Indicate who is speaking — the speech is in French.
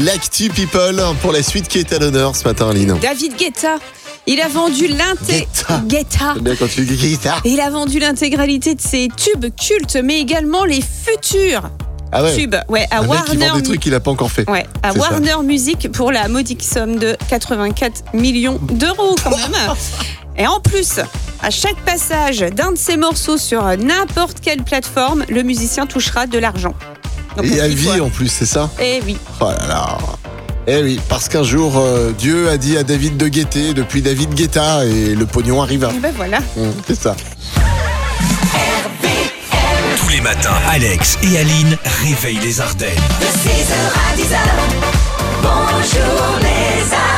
Speaker 1: L'actu people pour la suite qui est à l'honneur ce matin, Aline.
Speaker 2: David Guetta, il a vendu l'inté...
Speaker 1: Guetta.
Speaker 2: Guetta.
Speaker 1: J'aime bien quand tu dis ça.
Speaker 2: Et Il a vendu l'intégralité de ses tubes cultes, mais également les futurs
Speaker 1: Ah ouais.
Speaker 2: tubes. Ouais, à
Speaker 1: Un mec qui
Speaker 2: Warner.
Speaker 1: vend des trucs qu'il a pas encore fait.
Speaker 2: Ouais, à
Speaker 1: C'est ça.
Speaker 2: Warner Music pour la modique somme de 84 millions d'euros quand même. Et en plus, à chaque passage d'un de ses morceaux sur n'importe quelle plateforme, le musicien touchera de l'argent. Donc,
Speaker 1: Et à
Speaker 2: il faut-
Speaker 1: vie en plus, c'est ça
Speaker 2: Eh oui.
Speaker 1: Oh là là. Eh oui, parce qu'un jour, euh, Dieu a dit à David de guetter, depuis David Guetta, et le pognon arriva.
Speaker 2: Et ben voilà.
Speaker 1: Mmh, c'est ça.
Speaker 3: Tous les matins, Alex et Aline réveillent les Ardennes.
Speaker 4: De 6h à 10h, bonjour les Ardennes.